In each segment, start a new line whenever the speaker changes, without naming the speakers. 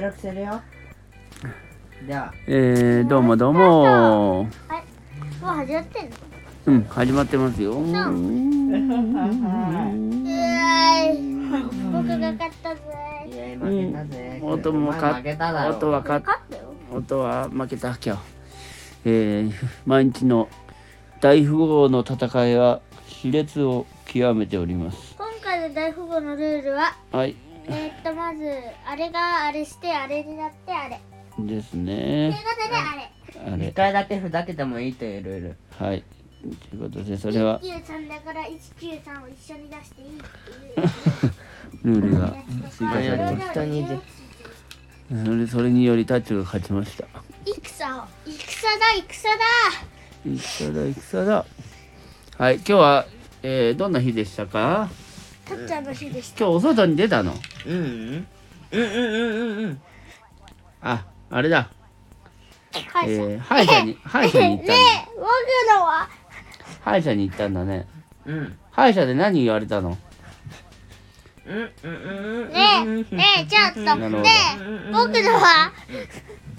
録するよじゃ
えー、どうもどうも
もう始まってんの
うん、始まってますよ。
あ
うーい僕が勝ったぜ
いや負けたぜ、
うん音も
お
か
前負けただろ
音は
勝
か、
ったよ
音は負けた今日。えー、毎日の大富豪の戦いは熾烈を極めております。
今回の大富豪のルールは
はい、
えー、っとまずあれがあれしてあれになってあれ
です
という
ね。
ことであれ
あ
一
れ、
回だけふざけてもいいというルール
はい。ということで、それは
193だから193を一緒に出していいっていう
ルールが
やつ
追
と
加
か
されま
人に
す。それ、それによりタッチが勝ちました。
戦を戦だ戦だ
戦だ、戦だ。はい、今日は、えー、どんな日でしたか
たっちゃんの日でし
今日お外に出たの
うんうんうんうんうんうん
あ、あれだ。
た歯医者
えー、歯医者 に、歯医者に行ったんだ
ね。え僕のは
歯医者に行ったんだね。
うん
歯医者で何言われたの
うんうんうんうん
ねえねえちょっと
るほど
ねえ僕のは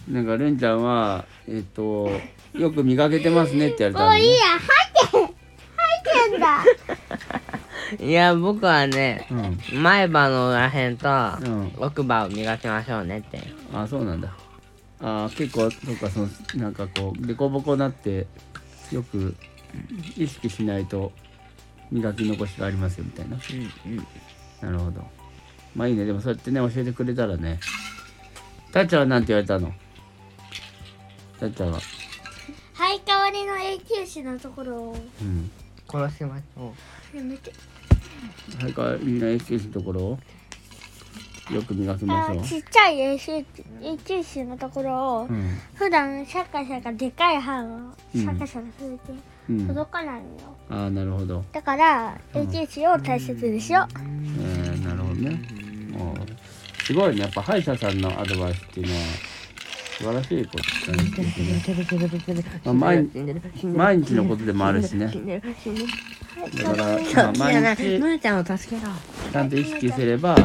なんか、るんちゃんは、えっと、よく磨けてますねって言われたの、
もう
ね。
いいや入って入ってん だ
いや僕はね
うん。
前歯の裏辺と
うん
奥歯を磨きましょうねって
あ、そうなんだ。あー結構、そうか、その、なんかこう、凸凹なって、よく意識しないと、磨き残しがありますよみたいな。
うんうん
なるほど。まあいいね、でもそうやってね、教えてくれたらね。たっちゃんはなんて言われたのたっちゃんは。
生え変わりの永久歯のところを
うん。
殺しましょ
やめて
はい、かみんな S のところをよく磨きま
あ
しょう。
ちっちゃい永久永久歯のところを
うん、
普段シャカシャカでかい歯をシャカシャカすると
うん、あ
届かないのよ
あなるほど、
だから永久歯を大切にしよう
えー、なるほどねもうすごいねやっぱ歯医者さんのアドバイスっていうのは素晴らしいことだね
う
あ毎
死んでる死んでる
毎日のことでもあるしね
死んでる死んでる
だから、まあ、毎日
ーちゃんを助けろ
ちゃんと意識すれば、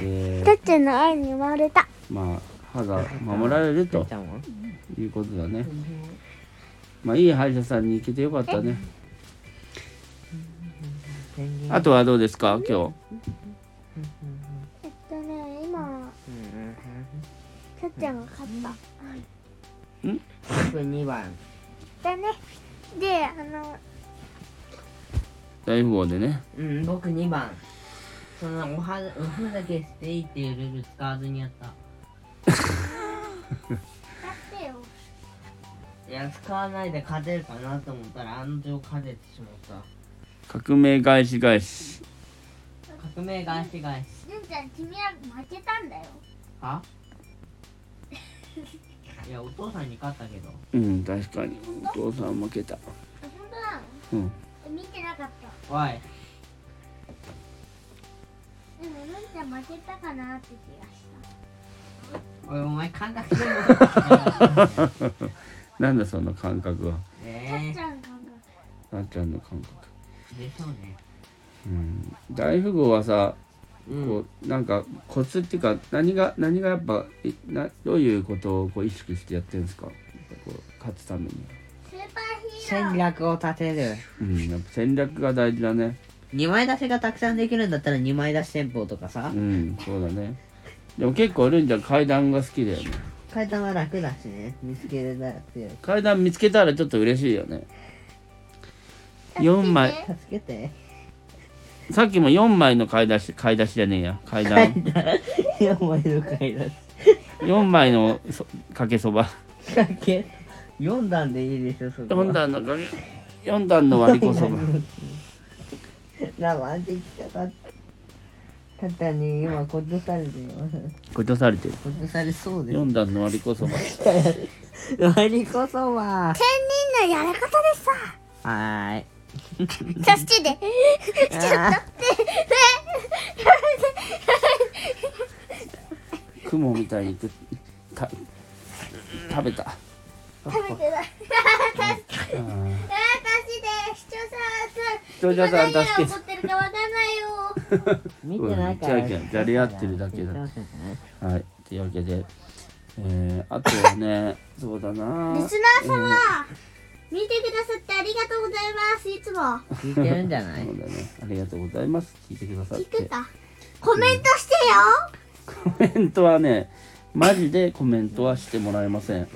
え
てっちゃんの愛に生まれた
ー、まあ歯が守られると
ちゃんを
いうことだねまあいい歯医者さんに行けてよかったねあとはどうですか今
えっとね今てっちゃんが勝った
僕2番
だねであの
日大富豪でね
うん僕2番そのおはおはだけしていいっていうルール使わずにやった
勝ってよ
いや使わないで勝てるかなと思ったら案の定勝ててしまっ
革命返し返した
革命返し返し
純ちゃん君は負けたんだよ
はいやお父さんに勝ったけど
うん確かにお父さん負けた
え本当な
う
の
ん
え見てなかった
おい
でも純ちゃん負けたかなって気がした
おいお前感覚 でも
なんだその感覚は
てっ
ね
ちゃんが
なっちゃんの感覚
えでしょうね
うん大富豪はさ
うん
こうなんかコツっていうか何が何がやっぱいなどういうことをこう意識してやってるんですかこう勝つために
スーパーヒーロー
戦略を立てる
うんやっぱ戦略が大事だね
2枚出しがたくさんできるんだったら2枚出し戦法とかさ
うんそうだねでも結構ルンちゃん階段が好きだよね
階段は楽だしね見つけれたら強い
階段見つけたらちょっと嬉しいよね4枚
助けて
さっきも4枚の買い出し買い出しじゃねえや階段
4枚の階段
4枚のそかけそば
かけ4段でいいでしょそこは
4段のかけ4段の割りこそば
ラマンティックだたったに今こっとされてよ
これ出されてる
こっとされそうで
4段の割りこそば
す割りこそは
仙人のやり方で
はーい
さそしてでちょっと
あ
雲みたいにくた食べた
食べてな
あー
い私で視聴
視聴者
者さ
さ
ん
ん
今
助
何
け
が起こってるかわかんないよ
見てないから
うん違う違うじゃれ合ってるだけだ
うん
はいというわけで、えー、あとはね そうだな
リスナー様、見てくださってありがとうございますいつも
聞いてるんじゃな
えー
い
そうだねありがとうございます聞いてくださっ
聞く
て
かコメントしてよ、
コメントはねマジでコメントはしてもらえません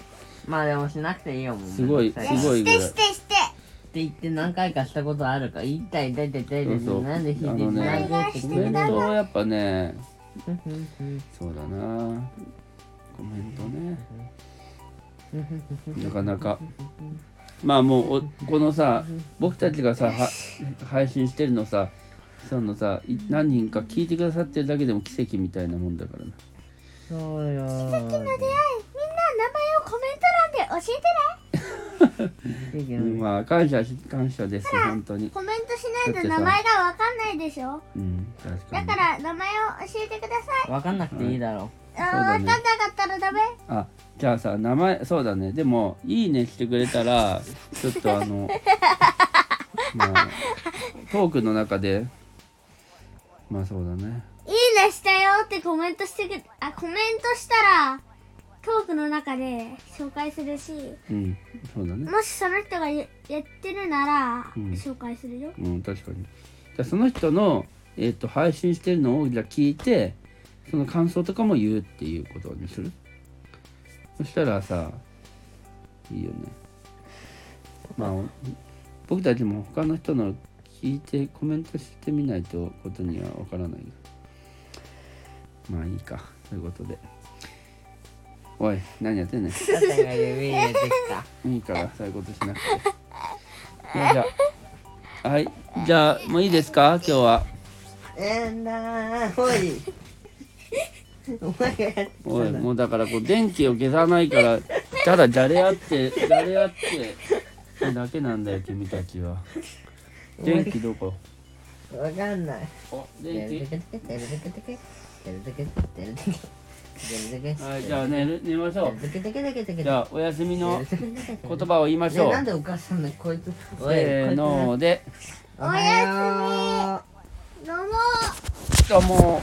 まあでもしなくていいよもう
すごい
めんどく
す
さ
ごい
してしてし
っ
て
て言って何回かしたことあるから言いたい出て出
そ
て
うそう
なんでひで
あのね
なんでって
コ
言
メ
っ
ン
て
トはやっぱね
うんうんうん
そうだなコメントねなかなかまあもうおこのさ僕たちがさは配信してるのさそのさい何人か聞いてくださってるだけでも奇跡みたいなもんだからな
そうよ
出会いみんな名前をコメント欄で教えてね
うん
まあ感謝し感謝です本当に
コメントしないと名前がわかんないでしょ
うん確か
だ
に
から名前を教えてください
わかんなくていいだろ
あー、
そうだね
分かんなかったらダメ
あじゃあさ名前そうだねでも「いいね」してくれたらちょっとあのまあトークの中でまあそうだね
いいねしたよってコメントしてくあコメントしたらトークの中で紹介するし
うんそうだね
もしその人がややってるなら
うん
紹介するよ、
うん確かにじゃあその人の、えっと配信してるのをじゃあ聞いてその感想とかも言うっていうことにするそしたらさいいよねまあお僕たちも他の人の聞いてコメントしてみないとことにはわからないまあいいかということでおい何やってんねん
う。肩が指入れてきた。
いいからそういうことしなくて。まあじゃあはいじゃあもういいですか今日は。
えー、なー、おい。お前がやってた
おい
んだ。
もうだからこう電気を消さないからただじゃれ合ってじゃれ合ってだけなんだよ君たちは。電気どこ？
わかんない。
お
て
電
る
気。
てけてけてるてけてけてるてけてるてけてるてけ
はいじゃあ寝る寝ましょ
てるてけてけてけて
う。
け
じゃあお休みの
てるてけてけ
言葉を言いましょ
ね
う。
なんでお母さんのこいつおい
せーので。
おや
どうも
どうも。